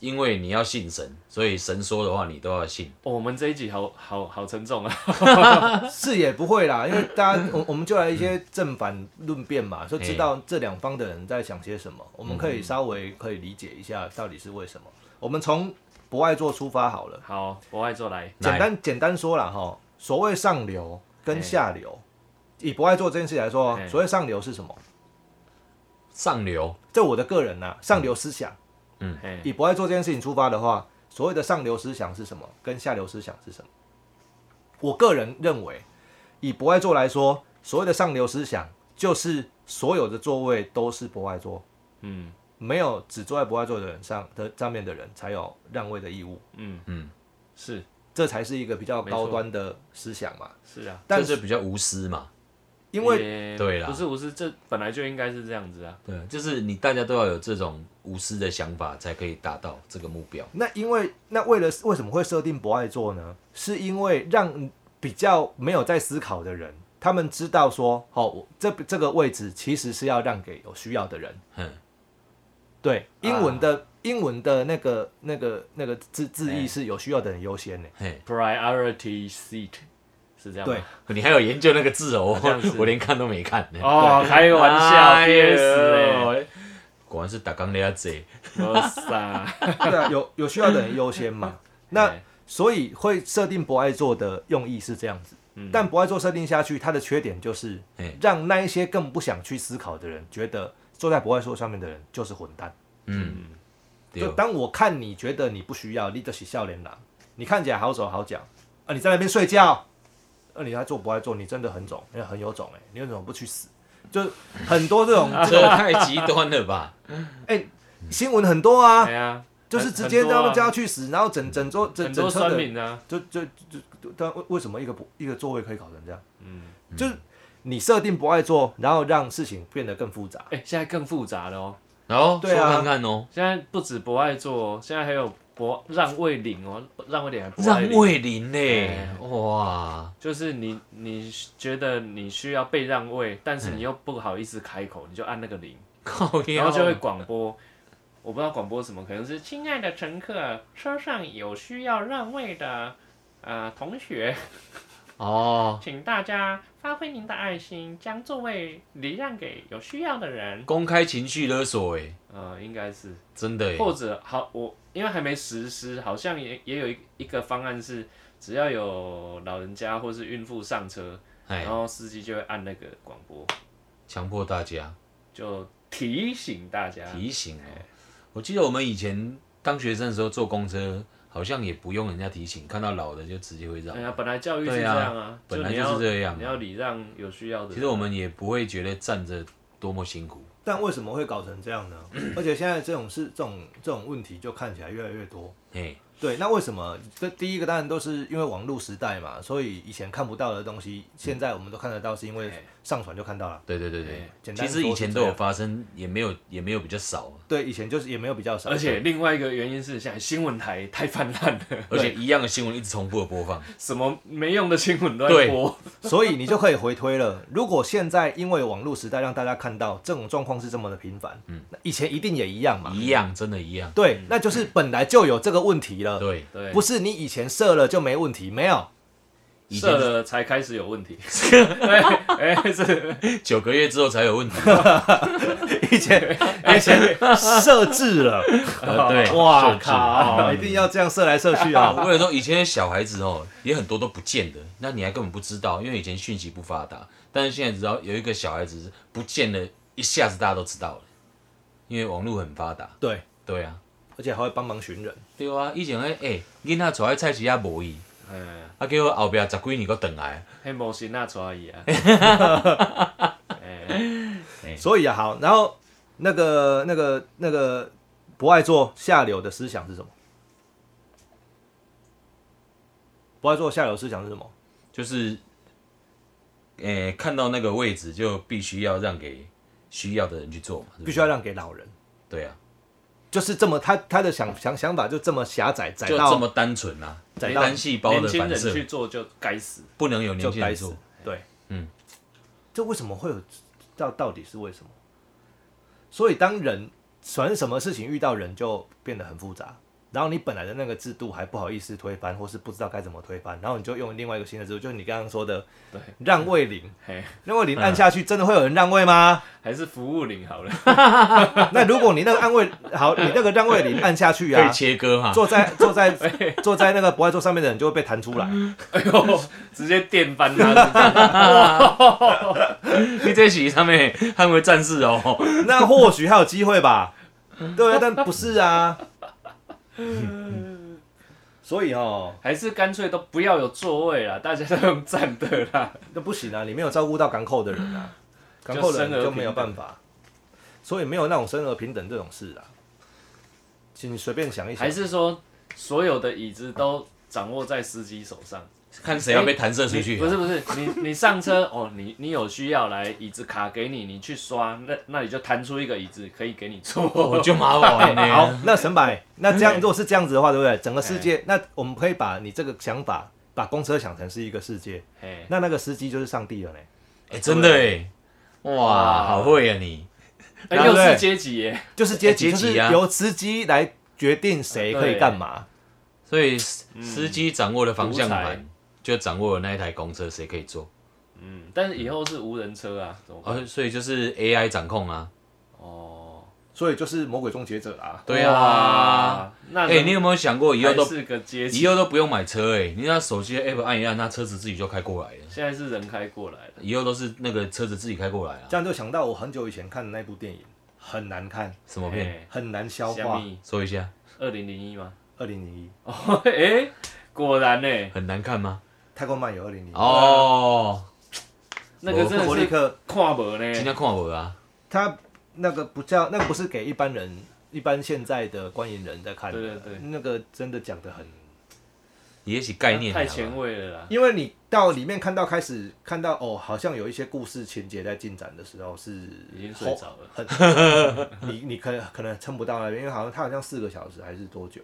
[SPEAKER 1] 因为你要信神，所以神说的话你都要信，
[SPEAKER 2] 哦，我们这一集好好好沉重
[SPEAKER 3] (laughs)
[SPEAKER 2] 啊。
[SPEAKER 3] 是也不会啦，因为大家，我我们就来一些正反论辩嘛，就知道这两方的人在想些什么，我们可以稍微可以理解一下到底是为什么。我们从不爱做出发好了，
[SPEAKER 2] 好，我爱做来。
[SPEAKER 1] 来
[SPEAKER 3] 简单简单说了哈，所谓上流跟下流，以不爱做这件事来说哦
[SPEAKER 2] 嘿，
[SPEAKER 3] 所谓上流是什么？
[SPEAKER 1] 上流
[SPEAKER 3] 这我的个人呐、上流思想，
[SPEAKER 2] 哎，
[SPEAKER 3] 以不爱做这件事情出发的话，所谓的上流思想是什么？跟下流思想是什么？我个人认为，以博爱座来说，所谓的上流思想就是所有的座位都是博爱座，
[SPEAKER 2] 嗯
[SPEAKER 3] 没有只坐在博爱座的人上的上面的人才有让位的义务，
[SPEAKER 2] 嗯
[SPEAKER 1] 嗯
[SPEAKER 2] 嗯，是
[SPEAKER 3] 这才是一个比较
[SPEAKER 2] 没错
[SPEAKER 3] 高端的思想嘛。
[SPEAKER 2] 是啊，
[SPEAKER 3] 但
[SPEAKER 1] 这
[SPEAKER 3] 是
[SPEAKER 1] 就比较无私嘛，
[SPEAKER 3] 因为
[SPEAKER 2] 也
[SPEAKER 1] 对啦
[SPEAKER 2] 不是不是，这本来就应该是这样子啊。
[SPEAKER 1] 对，就是你大家都要有这种无私的想法，才可以达到这个目标。
[SPEAKER 3] 那因为那为了为什么会设定博爱座呢？是因为让比较没有在思考的人，他们知道说，哦，我这这个位置其实是要让给有需要的人。
[SPEAKER 1] 哼，
[SPEAKER 3] 对，
[SPEAKER 2] 啊
[SPEAKER 3] 英文的、英文的那个那个那个字字
[SPEAKER 2] 哎
[SPEAKER 3] 义是有需要的人优先呢。
[SPEAKER 1] 嘿，
[SPEAKER 2] Priority seat 是这样吗？
[SPEAKER 3] 对
[SPEAKER 1] 你还有研究那个字哦
[SPEAKER 2] 好像是，
[SPEAKER 1] 我连看都没看呢。
[SPEAKER 2] (laughs) 哦，开玩 (laughs) 笑，憋死嘞！
[SPEAKER 1] 哎呦果然是打钢的啊要贼。
[SPEAKER 2] 哇 (laughs) 塞，
[SPEAKER 3] 对啊，有有需要的人优
[SPEAKER 2] (laughs)
[SPEAKER 3] 先嘛。那
[SPEAKER 2] 哎
[SPEAKER 3] 所以会设定博爱座的用意是这样子，
[SPEAKER 2] 嗯
[SPEAKER 3] 但博爱座设定下去，它的缺点就是
[SPEAKER 1] 哎
[SPEAKER 3] 让那一些更不想去思考的人，觉得坐在博爱座上面的人就是混蛋。
[SPEAKER 1] 嗯，对
[SPEAKER 3] 就，当我看你觉得你不需要，你就是笑脸狼，你看起来好手好脚啊，你在那边睡觉，啊，你还做不爱做，你真的很肿，你很有种哎、你为什么不去死？就是很多这种
[SPEAKER 1] 这太极端了吧？
[SPEAKER 3] 哎、新闻很多啊
[SPEAKER 2] 哎，呀，
[SPEAKER 3] 就是
[SPEAKER 2] 很
[SPEAKER 3] 直接
[SPEAKER 2] 很多啊
[SPEAKER 3] 让他们叫他去死，然后整整桌整
[SPEAKER 2] 很
[SPEAKER 3] 整
[SPEAKER 2] 多
[SPEAKER 3] 车
[SPEAKER 2] 酸
[SPEAKER 3] 的，
[SPEAKER 2] 民啊，
[SPEAKER 3] 就就就，就但为为什么一个不一个座位可以搞成这样？
[SPEAKER 2] 嗯，
[SPEAKER 3] 就是你设定不爱做，然后让事情变得更复杂。
[SPEAKER 2] 哎，现在更复杂了哦，
[SPEAKER 1] 然后说
[SPEAKER 3] 对啊
[SPEAKER 1] 看看哦，
[SPEAKER 2] 现在不止博爱座哦，现在还有博让位领哦，让位领还博爱
[SPEAKER 1] 让
[SPEAKER 2] 领，
[SPEAKER 1] 位林呢
[SPEAKER 2] 哎？
[SPEAKER 1] 哇，
[SPEAKER 2] 就是你你觉得你需要被让位，但是你又不好意思开口，你就按那个领，
[SPEAKER 1] 靠
[SPEAKER 2] 然
[SPEAKER 1] 腰
[SPEAKER 2] 后就会广播。我不知道广播什么，可能是亲爱的乘客，车上有需要让位的呃同学，
[SPEAKER 1] 哦，
[SPEAKER 2] 请大家发挥您的爱心，将座位礼让给有需要的人。
[SPEAKER 1] 公开情绪勒索哎，
[SPEAKER 2] 呃，应该是，
[SPEAKER 1] 真的哎，
[SPEAKER 2] 或者好，我因为还没实施，好像也也有一一个方案是，只要有老人家或是孕妇上车，然
[SPEAKER 1] 哎，
[SPEAKER 2] 后司机就会按那个广播，
[SPEAKER 1] 强迫大家
[SPEAKER 2] 就提醒大家。
[SPEAKER 1] 提醒哦。
[SPEAKER 2] 哎
[SPEAKER 1] 我记得我们以前当学生的时候坐公车，好像也不用人家提醒，看到老的就直接会让
[SPEAKER 2] 哎。呀，本来教育是这
[SPEAKER 1] 对啊
[SPEAKER 2] 样啊，
[SPEAKER 1] 本来
[SPEAKER 2] 你
[SPEAKER 1] 就是
[SPEAKER 2] 要
[SPEAKER 1] 这样啊
[SPEAKER 2] 你要礼让有需要的人。
[SPEAKER 1] 其实我们也不会觉得站着多么辛苦，
[SPEAKER 3] 但为什么会搞成这样呢？而且现在这种事、这种这种问题就看起来越来越多。
[SPEAKER 1] 嘿，
[SPEAKER 3] 对，那为什么？这第一个当然都是因为网络时代嘛，所以以前看不到的东西，现在我们都看得到，是因为上传就看到了。
[SPEAKER 1] 对对对
[SPEAKER 2] 哎
[SPEAKER 1] 对，
[SPEAKER 3] 简
[SPEAKER 1] 其
[SPEAKER 3] 单
[SPEAKER 1] 实
[SPEAKER 3] 说
[SPEAKER 1] 以
[SPEAKER 3] 是
[SPEAKER 1] 前
[SPEAKER 3] 这
[SPEAKER 1] 都有
[SPEAKER 3] 样
[SPEAKER 1] 发生，也没有也没有比较少，
[SPEAKER 3] 对，以前就是也没有比较少，
[SPEAKER 2] 而且另外一个原因是，现在新闻台太泛滥了，
[SPEAKER 1] 而且一样的新闻一直重复的播放。
[SPEAKER 2] (laughs) 什么没用的新闻都在播。
[SPEAKER 3] 所以你就可以回推了。如果现在因为网络时代让大家看到这种状况是这么的频繁，嗯，以前一定也一样嘛。
[SPEAKER 1] 一样，真的一样。
[SPEAKER 3] 对，那就是本来就有这个问题了，
[SPEAKER 1] 嗯对，
[SPEAKER 2] 对，
[SPEAKER 3] 不是你以前设了就没问题，没
[SPEAKER 1] (laughs)
[SPEAKER 3] 有。
[SPEAKER 1] 以前
[SPEAKER 2] 射
[SPEAKER 1] 是
[SPEAKER 2] 了才开始有
[SPEAKER 1] (laughs)
[SPEAKER 2] 问题。哎哎，是
[SPEAKER 1] 九个月之后才有问题。
[SPEAKER 3] 以前
[SPEAKER 2] 哎
[SPEAKER 1] (laughs)
[SPEAKER 3] 以
[SPEAKER 1] 哎
[SPEAKER 3] 前设置 (laughs) 了，
[SPEAKER 1] 呃对，
[SPEAKER 3] 哇
[SPEAKER 1] 设置嗯
[SPEAKER 3] 靠，一定要这样设来设去啊！
[SPEAKER 1] 我有时候以前的小孩子哦，也很多都不见的，那你还根本不知道，因为以前讯息不发达。但是现在只要有一个小孩子不见了，一下子大家都知道了，因为网络很发达。
[SPEAKER 3] (laughs) 对，
[SPEAKER 1] 对啊，
[SPEAKER 3] 而且还会帮忙寻人，
[SPEAKER 1] 对啊，以前诶，诶，囡仔坐在菜市也无伊，
[SPEAKER 2] 哎，
[SPEAKER 1] 啊，结果后壁十几年搁转来，
[SPEAKER 2] 黑魔神那抓伊啊。哎
[SPEAKER 3] 所以啊，好，然后那个那个那个不爱做下流的思想是什么？不爱做下流思想是什么？
[SPEAKER 1] 就是，诶、看到那个位置就必须要让给需要的人去做嘛，是不是
[SPEAKER 3] 必须要让给老人，
[SPEAKER 1] 对啊，
[SPEAKER 3] 就是这么他他的想想想法就这么狭窄，窄
[SPEAKER 1] 就这
[SPEAKER 3] 到
[SPEAKER 1] 么单纯啊，
[SPEAKER 3] 窄
[SPEAKER 1] 没
[SPEAKER 3] 到
[SPEAKER 1] 单细胞
[SPEAKER 2] 年
[SPEAKER 1] 的
[SPEAKER 2] 轻
[SPEAKER 1] 反
[SPEAKER 2] 人
[SPEAKER 1] 射
[SPEAKER 2] 去做就该死。哎
[SPEAKER 1] 不能有年
[SPEAKER 3] 就
[SPEAKER 1] 轻人
[SPEAKER 3] 该死
[SPEAKER 1] 做，。
[SPEAKER 3] 对，
[SPEAKER 1] 嗯，
[SPEAKER 3] 这为什么会有？到到底是为什么？所以当人反正什么事情遇到人就变得很复杂，然后你本来的那个制度还不好意思推翻，或是不知道该怎么推翻，然后你就用另外一个新的制度，就是你刚刚说的
[SPEAKER 2] 对
[SPEAKER 3] 让位零，
[SPEAKER 2] 嘿，
[SPEAKER 3] 让
[SPEAKER 1] 嗯
[SPEAKER 3] 位零按下去，真的会有人让位吗？
[SPEAKER 2] 哎
[SPEAKER 3] (laughs)
[SPEAKER 2] 还是服务领好了。
[SPEAKER 3] 那如果你那个按位好，你那个让位零按下去
[SPEAKER 1] 可以
[SPEAKER 3] 啊，
[SPEAKER 1] 切割哈。
[SPEAKER 3] 坐在坐
[SPEAKER 1] (laughs)
[SPEAKER 3] 在坐在那个不爱坐上面的人就会被弹出来。
[SPEAKER 2] 哎呦，直接电翻他。
[SPEAKER 1] 你这洗上面捍卫战士哦，
[SPEAKER 3] (laughs) 那或许还有机会吧。对啊，但不是啊。所以哦，
[SPEAKER 2] 还是干脆都不要有座位啦，大家都用站的啦。
[SPEAKER 3] 那不行啊，你没有照顾到港口的人啊，港
[SPEAKER 2] 就
[SPEAKER 3] 口的
[SPEAKER 2] 生而
[SPEAKER 3] 人就没有
[SPEAKER 2] 平等
[SPEAKER 3] 办法，所以没有那种生而平等这种事啊。请你随便想一想
[SPEAKER 2] 还，是说所有的椅子都掌握在司机手上？
[SPEAKER 1] (laughs) 看谁要被弹射出
[SPEAKER 2] 你
[SPEAKER 1] 去啊
[SPEAKER 2] 不。是不是，你你上车哦，你你有需要来椅子卡给你，你去刷，那那你就弹出一个椅子可以给你
[SPEAKER 1] 我
[SPEAKER 2] 坐。
[SPEAKER 1] 哦就麻烦 (laughs) 了。
[SPEAKER 3] 好，，那沈柏，那这样如果是这样子的话，对不对？整个世
[SPEAKER 1] 哎
[SPEAKER 3] 界，那我们可以把你这个想法，把公车想成是一个世界，
[SPEAKER 2] (laughs) 嘿，
[SPEAKER 3] 那那个司机就是上帝了呢。
[SPEAKER 1] 哎，真的哎，哇，好会啊你！
[SPEAKER 2] 哎
[SPEAKER 3] 对
[SPEAKER 2] 又
[SPEAKER 3] 不对
[SPEAKER 2] 是阶级耶，
[SPEAKER 3] 就是阶
[SPEAKER 1] 哎
[SPEAKER 3] 级，
[SPEAKER 1] 阶
[SPEAKER 3] 就
[SPEAKER 1] 级
[SPEAKER 3] 是
[SPEAKER 1] 啊
[SPEAKER 3] 由司机来决定谁可以干嘛。
[SPEAKER 1] 所以司司机掌握了方向
[SPEAKER 2] 独裁
[SPEAKER 1] 盘，就掌握了那一台公车谁可以坐。
[SPEAKER 2] 嗯，但是以后是无人车啊，怎么办？
[SPEAKER 1] 哦，所以就是 AI 掌控啊。
[SPEAKER 2] 哦，
[SPEAKER 3] 所以就是魔鬼终结者啦。
[SPEAKER 1] 对啊。
[SPEAKER 2] 哇，那
[SPEAKER 1] 哎，你有没有想过以后
[SPEAKER 2] 还
[SPEAKER 1] 都
[SPEAKER 2] 是个阶级
[SPEAKER 1] 以，后都不用买车？哎，你那手机的 app 按一按，那车子自己就开过来了。
[SPEAKER 2] 现在是人开过来的，
[SPEAKER 1] 以后都是那个车子自己开过来啊。
[SPEAKER 3] 这样就想到我很久以前看的那部电影，很难看，
[SPEAKER 1] 什么片？
[SPEAKER 2] 嘿
[SPEAKER 3] 很难消
[SPEAKER 2] 哎虾
[SPEAKER 3] 化。
[SPEAKER 2] 米
[SPEAKER 1] 说一下，
[SPEAKER 2] 二零零一吗？ (laughs)
[SPEAKER 3] 二零零一《
[SPEAKER 2] 哦，哎，果然呢，
[SPEAKER 1] 很难看吗？
[SPEAKER 3] 太空漫游》二零零
[SPEAKER 1] 啊
[SPEAKER 3] 一，
[SPEAKER 1] 哦，
[SPEAKER 2] 那个真
[SPEAKER 3] 伯
[SPEAKER 2] 的
[SPEAKER 3] 利
[SPEAKER 2] 是
[SPEAKER 3] 克
[SPEAKER 2] 跨博呢。
[SPEAKER 1] 今天看我啊。
[SPEAKER 3] 他那个不叫那个不是给一般人，一般现在的观影人在看的，
[SPEAKER 2] 对对对
[SPEAKER 3] 那个真的讲的很，
[SPEAKER 1] 也许概念啊
[SPEAKER 2] 太
[SPEAKER 1] 好吧
[SPEAKER 2] 前卫了啦。
[SPEAKER 3] 因为你到里面看到开始看到哦，好像有一些故事情节在进展的时候是
[SPEAKER 2] 已经睡着了
[SPEAKER 3] 很
[SPEAKER 2] (laughs)
[SPEAKER 3] 你你可能可能撑不到那边，因为好像它好像四个小时还是多久，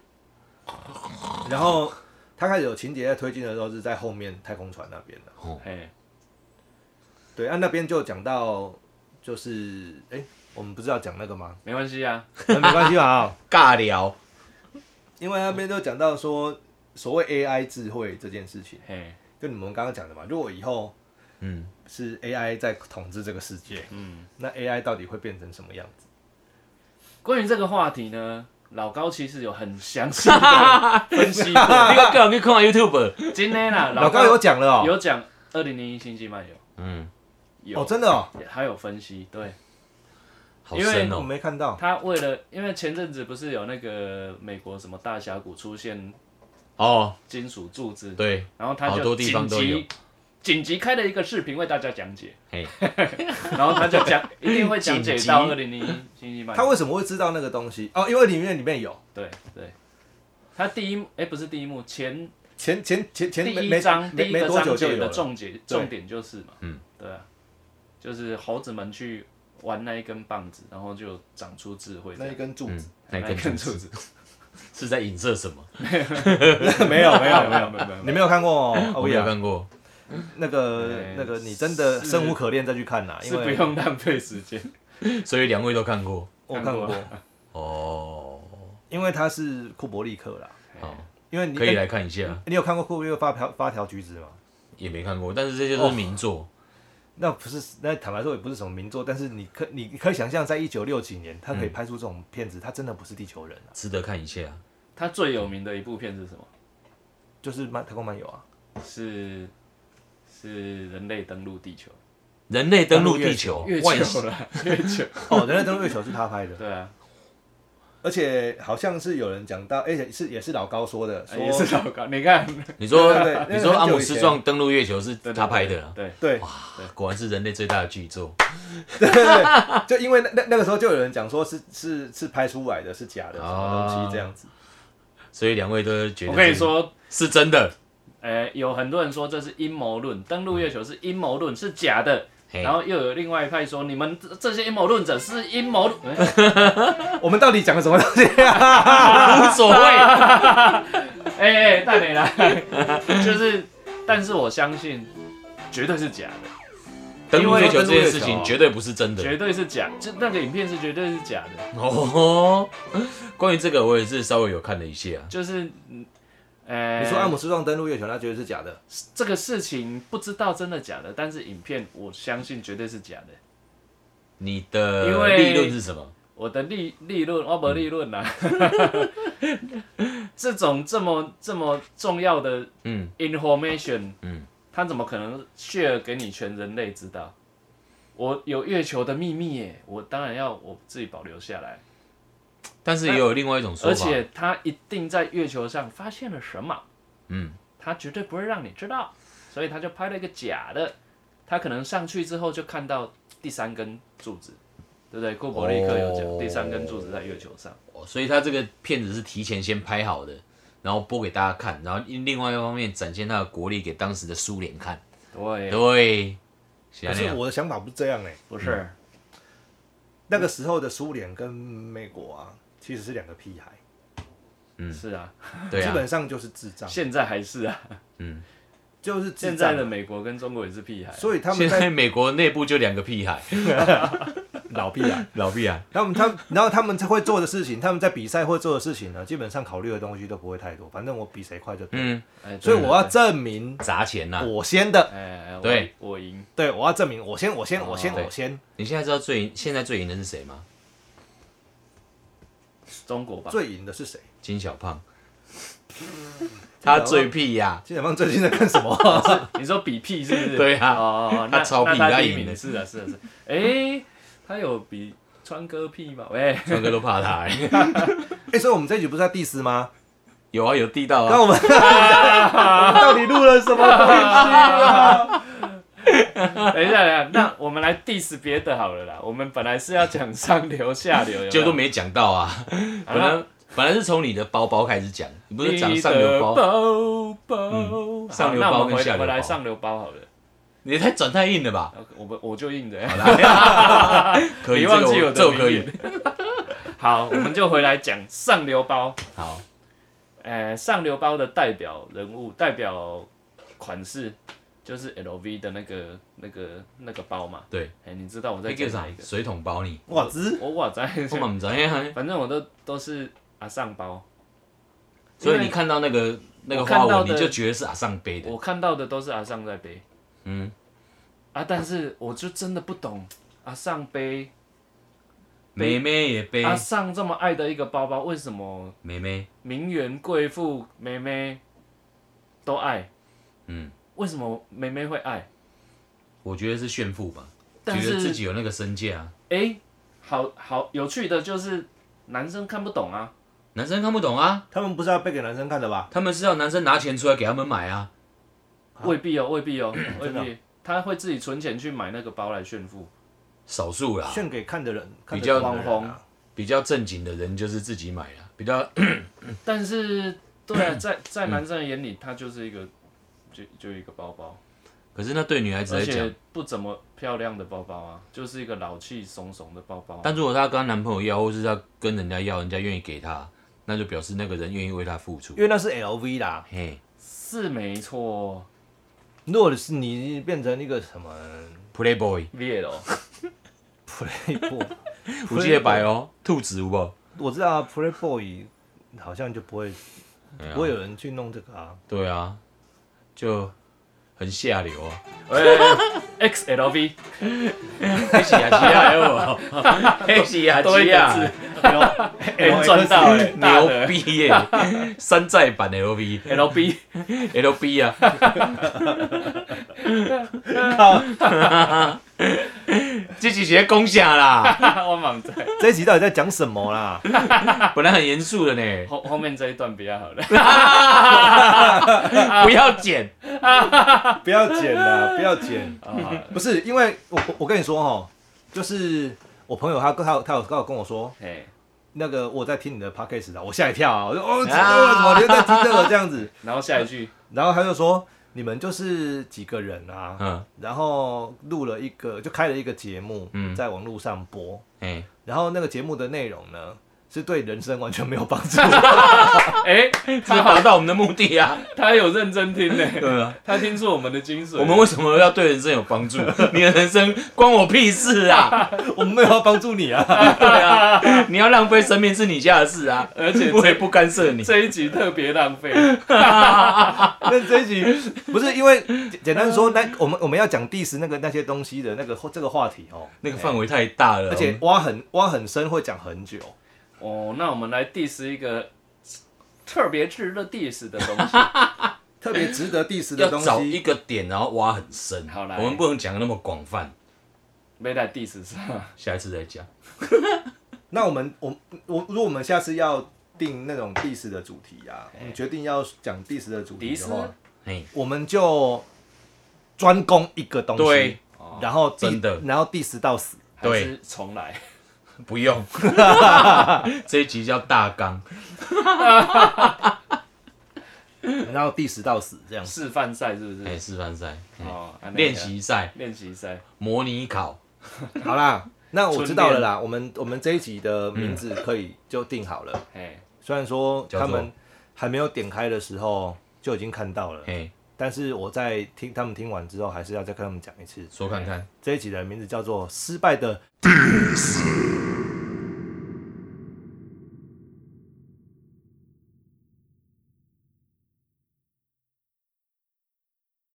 [SPEAKER 3] 然后它开始有情节在推进的时候是在后面太空船那边的，
[SPEAKER 2] 哎，
[SPEAKER 3] 对，啊那边就讲到就是哎、我们不是要讲那个吗？
[SPEAKER 2] 没关系啊，
[SPEAKER 3] 那没关
[SPEAKER 2] (laughs)
[SPEAKER 3] 系吧，
[SPEAKER 1] 尬聊，
[SPEAKER 3] 因为那边就讲到说所谓 AI 智慧这件事情，
[SPEAKER 2] 嘿，
[SPEAKER 3] 就你们刚刚讲的嘛，如果以后
[SPEAKER 1] 嗯，
[SPEAKER 3] 是 AI 在统治这个世界，
[SPEAKER 2] 嗯。
[SPEAKER 3] 那 AI 到底会变成什么样子？
[SPEAKER 2] 关于这个话题呢，老高其实有很详细的分析
[SPEAKER 1] (laughs)
[SPEAKER 2] 过。
[SPEAKER 1] 你个叫你看 YouTube，
[SPEAKER 2] 今天啦，
[SPEAKER 3] 老
[SPEAKER 2] 高
[SPEAKER 3] 高有讲了哦、
[SPEAKER 2] 有讲二零零一星际漫游，
[SPEAKER 1] 嗯，
[SPEAKER 2] 有
[SPEAKER 3] 哦真的哦、
[SPEAKER 2] 还有分析。对
[SPEAKER 1] 好深
[SPEAKER 3] 我
[SPEAKER 1] 哦、
[SPEAKER 3] 没看到，
[SPEAKER 2] 他为了，因为前阵子不是有那个美国什么大峡谷出现
[SPEAKER 1] 哦，
[SPEAKER 2] 金属柱子，
[SPEAKER 1] 对，
[SPEAKER 2] 然后他
[SPEAKER 1] 好
[SPEAKER 2] 就
[SPEAKER 1] 多地
[SPEAKER 2] 紧
[SPEAKER 1] 方都有
[SPEAKER 2] 急紧急开了一个视频为大家讲解
[SPEAKER 1] 嘿，
[SPEAKER 2] 然后他就讲一定会讲解到二
[SPEAKER 1] 紧
[SPEAKER 2] 零零一星际漫
[SPEAKER 3] 他
[SPEAKER 2] 游。
[SPEAKER 3] 为什么会知道那个东西？哦，因为里面里面有。
[SPEAKER 2] 对对，他第一哎、诶不是第一幕，前
[SPEAKER 3] 前前前前
[SPEAKER 2] 第
[SPEAKER 3] 没
[SPEAKER 2] 一
[SPEAKER 3] 没
[SPEAKER 2] 章第
[SPEAKER 3] 没
[SPEAKER 2] 一
[SPEAKER 3] 没
[SPEAKER 2] 个
[SPEAKER 3] 多久
[SPEAKER 2] 章
[SPEAKER 3] 就
[SPEAKER 2] 节
[SPEAKER 3] 有
[SPEAKER 2] 的
[SPEAKER 3] 了，
[SPEAKER 2] 重点重点就是嘛，
[SPEAKER 1] 嗯，
[SPEAKER 2] 对啊，就是猴子们去玩那一根棒子，然后就长出智慧这
[SPEAKER 3] 那
[SPEAKER 2] 样，
[SPEAKER 3] 一根柱
[SPEAKER 1] 嗯
[SPEAKER 3] 子，，
[SPEAKER 1] 那
[SPEAKER 2] 那一
[SPEAKER 1] 根
[SPEAKER 2] 根
[SPEAKER 1] 柱
[SPEAKER 2] 柱
[SPEAKER 1] 子
[SPEAKER 2] 子，
[SPEAKER 1] 是在影射什么？
[SPEAKER 3] 没有
[SPEAKER 2] (laughs) 没
[SPEAKER 3] 没有没有，
[SPEAKER 2] 有没
[SPEAKER 1] (laughs)
[SPEAKER 2] 有没有，
[SPEAKER 3] 你没有
[SPEAKER 2] (coughs)
[SPEAKER 3] 看过哦？
[SPEAKER 1] 我
[SPEAKER 3] 欧
[SPEAKER 1] 没有
[SPEAKER 3] 阳
[SPEAKER 1] 看过，
[SPEAKER 3] 那个
[SPEAKER 2] 哎
[SPEAKER 3] 那个，你真的
[SPEAKER 2] 是
[SPEAKER 3] 生无可恋再去看啦，因
[SPEAKER 2] 是不
[SPEAKER 3] 为
[SPEAKER 2] 用浪费
[SPEAKER 1] (laughs)
[SPEAKER 2] 时间，
[SPEAKER 1] 所以两位都看过
[SPEAKER 3] 我看
[SPEAKER 2] 看过
[SPEAKER 3] 过，
[SPEAKER 1] 哦。
[SPEAKER 3] 因为他是库伯利克啦，
[SPEAKER 2] 哦
[SPEAKER 1] 好，
[SPEAKER 3] 因为你哎
[SPEAKER 1] 可以
[SPEAKER 2] 啊
[SPEAKER 1] 来看一下，
[SPEAKER 3] 你有看过库布里克发条发条橘子吗？
[SPEAKER 1] 也没看过，但是这些都是名作。
[SPEAKER 3] 那不是，那坦白说也不是什么名作，但是你可你可以想象，在一九六几年，他可以拍出这种片子，他真的不是地球人啊，
[SPEAKER 1] 值得看一下。
[SPEAKER 2] 他最有名的一部片是什么？
[SPEAKER 3] 就是漫太空漫游
[SPEAKER 2] (laughs)
[SPEAKER 3] 啊，
[SPEAKER 2] 是是人类登陆地球，
[SPEAKER 1] 人类登陆地球，
[SPEAKER 2] 月
[SPEAKER 1] 外
[SPEAKER 2] 球
[SPEAKER 1] (laughs)
[SPEAKER 2] 啦，月球，
[SPEAKER 3] 哦，人类登陆月球是他拍的，
[SPEAKER 2] 对啊，
[SPEAKER 3] 而且好像是有人讲到，而且是也是老高说的，说
[SPEAKER 2] 哎也是老高，你看
[SPEAKER 1] 你说
[SPEAKER 3] 对对对
[SPEAKER 1] 你说
[SPEAKER 3] 那个很久
[SPEAKER 1] 阿姆
[SPEAKER 3] 以前
[SPEAKER 1] 斯壮登陆月球是
[SPEAKER 2] 对
[SPEAKER 1] (laughs)
[SPEAKER 2] 对
[SPEAKER 1] 他拍的啦，
[SPEAKER 2] 对，
[SPEAKER 3] 对
[SPEAKER 1] 果然是人类最大的巨作。
[SPEAKER 3] 就因为那那那个时候就有人讲说是是是拍出来的，是假的什么东
[SPEAKER 1] 哦
[SPEAKER 3] 西这样子，
[SPEAKER 1] 所以两位都觉得
[SPEAKER 2] 我跟你说，
[SPEAKER 1] 是真的。
[SPEAKER 2] 呃，有很多人说这是阴谋论，登陆月球是阴谋论，是假的。
[SPEAKER 1] 嘿
[SPEAKER 2] 然后又有另外一派说，你们这这些阴谋论者是阴谋论，
[SPEAKER 3] 我们到底讲了什么东西啊？
[SPEAKER 1] 无所谓，
[SPEAKER 2] (laughs) 哎哎，大美啦，
[SPEAKER 3] (laughs)
[SPEAKER 2] 就是，但是我相信绝对是假的，
[SPEAKER 1] 登陆月球这件事
[SPEAKER 3] 因为要登陆月球
[SPEAKER 1] 情
[SPEAKER 3] 哦
[SPEAKER 1] 绝对不是真的。
[SPEAKER 2] 绝对是假，就那个影片是绝对是假的，
[SPEAKER 1] 哦，关于这个我也是稍微有看了一下，
[SPEAKER 2] 就是，嗯呃，
[SPEAKER 3] 你说阿姆斯壮登陆月球，他觉得是假的，
[SPEAKER 2] 这个事情不知道真的假的，但是影片我相信绝对是假的。
[SPEAKER 1] 你的
[SPEAKER 2] 因为
[SPEAKER 1] 立论是什么？
[SPEAKER 2] 我的利利润，我没利润
[SPEAKER 3] (laughs)
[SPEAKER 2] 啦、啊这种这么这么重要的
[SPEAKER 1] 嗯
[SPEAKER 2] information，
[SPEAKER 1] 嗯，
[SPEAKER 2] 他怎么可能 share 给你全人类知道？我有月球的秘密耶，我当然要我自己保留下来。
[SPEAKER 1] 但是也有另外一种说
[SPEAKER 2] 而
[SPEAKER 1] 法，
[SPEAKER 2] 且他一定在月球上发现了什么，
[SPEAKER 1] 嗯，
[SPEAKER 2] 他绝对不会让你知道，所以他就拍了一个假的。他可能上去之后就看到第三根柱子，对不对？库伯利克有讲
[SPEAKER 1] 哦
[SPEAKER 2] 第三根柱子在月球上。
[SPEAKER 1] 哦所以他这个片子是提前先拍好的，然后播给大家看，然后另外一方面展现他的国力给当时的苏联看。
[SPEAKER 2] 对，
[SPEAKER 1] 对，
[SPEAKER 3] 可
[SPEAKER 1] 可
[SPEAKER 3] 是我的想法不是这样哎、
[SPEAKER 2] 不是，
[SPEAKER 3] 那个时候的苏联跟美国啊，其实是两个屁孩，
[SPEAKER 1] 嗯
[SPEAKER 2] 是啊，
[SPEAKER 1] 对
[SPEAKER 3] 基
[SPEAKER 1] 啊，
[SPEAKER 3] 本上就是智障，
[SPEAKER 2] 现在还是啊，
[SPEAKER 1] 嗯，
[SPEAKER 3] 就是智
[SPEAKER 2] 现在
[SPEAKER 3] 障
[SPEAKER 2] 的美国跟中国也是屁孩啊，
[SPEAKER 3] 所以他
[SPEAKER 1] 现
[SPEAKER 3] 们在
[SPEAKER 1] 在美国内部就两个屁孩，
[SPEAKER 3] 老屁啊，
[SPEAKER 1] 老屁孩，
[SPEAKER 3] 然后 (laughs) 他们，然后他们会做的事情，他们在比赛会做的事情呢，基本上考虑的东西都不会太多，反正我比谁快就对。
[SPEAKER 1] 嗯，
[SPEAKER 2] 哎
[SPEAKER 3] 所以我要
[SPEAKER 2] 对
[SPEAKER 3] 证明
[SPEAKER 1] 砸钱呐、
[SPEAKER 3] 我先的，
[SPEAKER 2] 哎，我
[SPEAKER 1] 对，
[SPEAKER 2] 我赢，
[SPEAKER 3] 对我要证明我先，我先，我先，
[SPEAKER 1] 对
[SPEAKER 3] 我先。
[SPEAKER 1] 你现在知道最赢现在最赢的是谁吗？
[SPEAKER 2] 中国吧，
[SPEAKER 3] 最赢的是谁？
[SPEAKER 1] 金小
[SPEAKER 3] (laughs)
[SPEAKER 1] 胖，他最屁呀、
[SPEAKER 3] 金小胖最近在干什么？
[SPEAKER 2] 你说比屁是不
[SPEAKER 1] (laughs)
[SPEAKER 2] 是？
[SPEAKER 1] 对啊
[SPEAKER 2] 哦哦，哦那
[SPEAKER 1] 他超屁
[SPEAKER 2] 那他
[SPEAKER 1] 他
[SPEAKER 2] 第一
[SPEAKER 1] 赢
[SPEAKER 2] 名
[SPEAKER 1] 了
[SPEAKER 2] 是啊是啊是啊，哎，他有比川哥屁
[SPEAKER 1] (laughs)
[SPEAKER 2] 吗？喂，
[SPEAKER 1] 川哥都怕他、 (laughs) 欸
[SPEAKER 3] 哎，所以我们这一局不是在第四吗？
[SPEAKER 1] 有啊，有地道
[SPEAKER 3] 那
[SPEAKER 1] 啊，
[SPEAKER 3] 我们我们到底录了什么东西啊？
[SPEAKER 2] 等一下，等一下，那我们来 diss 别的好了啦，我们本来是要讲上流下流，有没有
[SPEAKER 1] 就都没讲到啊。
[SPEAKER 2] 好
[SPEAKER 1] 本来
[SPEAKER 2] 了
[SPEAKER 1] 本来是从你的包包开始讲，你不是讲上
[SPEAKER 2] 你
[SPEAKER 1] 流
[SPEAKER 2] 的
[SPEAKER 1] 包，
[SPEAKER 2] 包包，
[SPEAKER 1] 嗯
[SPEAKER 2] 好
[SPEAKER 1] 上流
[SPEAKER 2] 那我
[SPEAKER 1] 包
[SPEAKER 2] 们
[SPEAKER 1] 跟
[SPEAKER 2] 回
[SPEAKER 1] 下流
[SPEAKER 2] 回来
[SPEAKER 1] 包
[SPEAKER 2] 上流包好了，
[SPEAKER 1] 你太转太硬了吧？
[SPEAKER 2] 我们我就硬着。
[SPEAKER 1] 可以，
[SPEAKER 2] 你忘记
[SPEAKER 1] 这个
[SPEAKER 2] 我的
[SPEAKER 1] 这我可
[SPEAKER 2] 名
[SPEAKER 1] 以
[SPEAKER 2] 言。好，我们就回来讲上流包。
[SPEAKER 1] 好，
[SPEAKER 2] 呃，上流包的代表人物、代表款式就是 LV 的那个、那个、那个包嘛。
[SPEAKER 1] 对，
[SPEAKER 2] 哎、你知道我在
[SPEAKER 1] 那个
[SPEAKER 2] 讲
[SPEAKER 1] 啥
[SPEAKER 2] 哪一，个？
[SPEAKER 1] 水桶包你，
[SPEAKER 3] 哇，子
[SPEAKER 2] 我哇在，
[SPEAKER 1] 我们怎样？
[SPEAKER 2] (laughs) 反正我都都是啊上包。
[SPEAKER 1] 所以你
[SPEAKER 2] 因为
[SPEAKER 1] 看到那个那个
[SPEAKER 2] 我看
[SPEAKER 1] 花
[SPEAKER 2] 到
[SPEAKER 1] 纹，
[SPEAKER 2] 的
[SPEAKER 1] 你就觉得是阿上背的
[SPEAKER 2] 我，看到的都是阿尚在背
[SPEAKER 1] 嗯，
[SPEAKER 2] 啊，但是我就真的不懂阿尚背
[SPEAKER 1] 妹妹也背
[SPEAKER 2] 阿，尚这么爱的一个包包，为什么
[SPEAKER 1] 妹妹，
[SPEAKER 2] 名媛贵妇妹妹都爱？
[SPEAKER 1] 嗯，
[SPEAKER 2] 为什么妹妹会爱？
[SPEAKER 1] 我觉得是炫富吧，觉
[SPEAKER 2] 但
[SPEAKER 1] 得
[SPEAKER 2] 是
[SPEAKER 1] 自己有那个身价，啊
[SPEAKER 2] 哎、好好有趣的就是男生看不懂啊，
[SPEAKER 1] 男生看不懂啊，
[SPEAKER 3] 他们不是要背给男生看的吧？
[SPEAKER 1] 他们是要男生拿钱出来给他们买啊，
[SPEAKER 2] 未必哦，未必哦，未
[SPEAKER 3] 真的哦
[SPEAKER 2] 必，他会自己存钱去买那个包来炫富。
[SPEAKER 1] 少数啦，
[SPEAKER 3] 炫给看的人，看
[SPEAKER 1] 比
[SPEAKER 3] 得
[SPEAKER 1] 较
[SPEAKER 3] 光
[SPEAKER 2] 网红
[SPEAKER 3] 啊
[SPEAKER 1] 比较正经的人就是自己买啊，比较 (coughs)
[SPEAKER 2] 但是对啊，在在男生的眼里，它就是一个就就一个包包，
[SPEAKER 1] 可是那对女孩子
[SPEAKER 2] 而
[SPEAKER 1] 来哎讲，
[SPEAKER 2] 且不怎么漂亮的包包啊，就是一个老气怂怂的包包啊、
[SPEAKER 1] 但如果她跟她男朋友要，或是她跟人家要，人家愿意给她，那就表示那个人愿意为她付出
[SPEAKER 3] 因。为那是 LV 啦。
[SPEAKER 1] 嘿，
[SPEAKER 2] 是没错哦
[SPEAKER 3] 如果是你变成一个什么
[SPEAKER 1] Playboy，
[SPEAKER 2] ，VL
[SPEAKER 3] Playboy， (laughs)
[SPEAKER 1] 我记得白哦，兔子有无？
[SPEAKER 3] 我知道啊 Playboy 好像就不会
[SPEAKER 1] 哎呀
[SPEAKER 3] 不会有人去弄这个啊。
[SPEAKER 1] 对啊，就很下流 (laughs) 啊。
[SPEAKER 2] 哎 (laughs) XLV
[SPEAKER 1] 黑喜牙吉亚 (laughs) 有无？黑喜啊牙
[SPEAKER 2] 多一
[SPEAKER 1] 吉
[SPEAKER 2] 个
[SPEAKER 1] 亚
[SPEAKER 2] 字，哎赚到哎，大
[SPEAKER 1] 牛
[SPEAKER 2] 的
[SPEAKER 1] 逼耶！山寨版 LV
[SPEAKER 2] LB
[SPEAKER 1] LB 啊，这几节攻下啦，
[SPEAKER 2] (laughs) 我莽在
[SPEAKER 3] 这一集到底在讲什么啦？
[SPEAKER 1] 本来很严肃的呢，
[SPEAKER 2] 后后面这一段比较好了。
[SPEAKER 1] 不要剪。
[SPEAKER 3] 不要剪啦，不要剪。
[SPEAKER 2] 啊，
[SPEAKER 3] (laughs) 不是因为我我我跟你说哦，就是我朋友他他有他有他有跟我说，
[SPEAKER 2] 嘿，
[SPEAKER 3] 那个我在听你的 podcast 啊，我吓一跳啊，我说哦，这个怎么你又在听这个这样子？
[SPEAKER 2] 然后下一句，
[SPEAKER 3] 然后他就说你们就是几个人啊，
[SPEAKER 1] 嗯，
[SPEAKER 3] 然后录了一个就开了一个节目，
[SPEAKER 1] 嗯
[SPEAKER 3] 在网络上播，
[SPEAKER 1] 哎，
[SPEAKER 3] 然后那个节目的内容呢是对人生完全没有帮助的， (laughs)
[SPEAKER 2] 哎，
[SPEAKER 1] 是达到我们的目的啊。
[SPEAKER 2] (laughs) 他有认真听呢，
[SPEAKER 1] (laughs) 对啊，
[SPEAKER 2] 他听出我们的精髓。
[SPEAKER 1] 我们为什么要对人生有帮助？你的人生关我屁事啊！
[SPEAKER 3] 我们没有要帮助你啊。
[SPEAKER 1] 对啊，你要浪费生命是你家的事啊，
[SPEAKER 2] 而且
[SPEAKER 1] 我也
[SPEAKER 2] 这
[SPEAKER 1] 不干涉你。
[SPEAKER 2] 这一集特别浪费，
[SPEAKER 3] 那这一集不是因为简简单说，
[SPEAKER 1] 嗯
[SPEAKER 3] 那我们我们要讲 diss 那个那些东西的那个这个话题哦，
[SPEAKER 1] 那个范围太大了，
[SPEAKER 3] 哎而且挖很挖很深，会讲很久。
[SPEAKER 2] 哦，那我们来 diss 一个特别值得 diss 的东
[SPEAKER 1] (laughs)
[SPEAKER 2] 西。
[SPEAKER 3] 特别值得 diss
[SPEAKER 1] 要找一个点，然后挖很深。
[SPEAKER 2] 好来
[SPEAKER 1] 我们不能讲得那么广泛，
[SPEAKER 2] 没来 diss 是吧？
[SPEAKER 1] 下一次再讲。
[SPEAKER 3] 那我们我我如果我们下次要定那种 diss 的主题啊，我们决定要讲 diss 的主题的话，
[SPEAKER 1] 嘿，
[SPEAKER 3] 我们就专攻一个东西，
[SPEAKER 1] 对，
[SPEAKER 2] 哦，
[SPEAKER 3] 然后 diss-
[SPEAKER 1] 真的
[SPEAKER 3] 然后 diss 到死。
[SPEAKER 2] 还是重来。
[SPEAKER 1] 不用，这一集叫大纲。
[SPEAKER 3] 然后 diss 到死这样子。
[SPEAKER 2] 示范赛是不
[SPEAKER 1] 哎，
[SPEAKER 2] 是？
[SPEAKER 1] 示范赛，嘿
[SPEAKER 2] 哦，啊那个
[SPEAKER 1] 练习赛、
[SPEAKER 2] 练习赛，
[SPEAKER 1] 模拟考，嗯
[SPEAKER 3] 好啦，那我知道了啦，我们我们这一集的名字可以就定好了。
[SPEAKER 2] 嘿，
[SPEAKER 3] 虽然说
[SPEAKER 1] 嗯叫
[SPEAKER 3] 他
[SPEAKER 1] 做
[SPEAKER 3] 们还没有点开的时候就已经看到了，
[SPEAKER 1] 嘿，
[SPEAKER 3] 但是我在听他们听完之后，还是要再跟他们讲一次。
[SPEAKER 1] 说看看。
[SPEAKER 3] 这一集的名字叫做《失败的 diss》。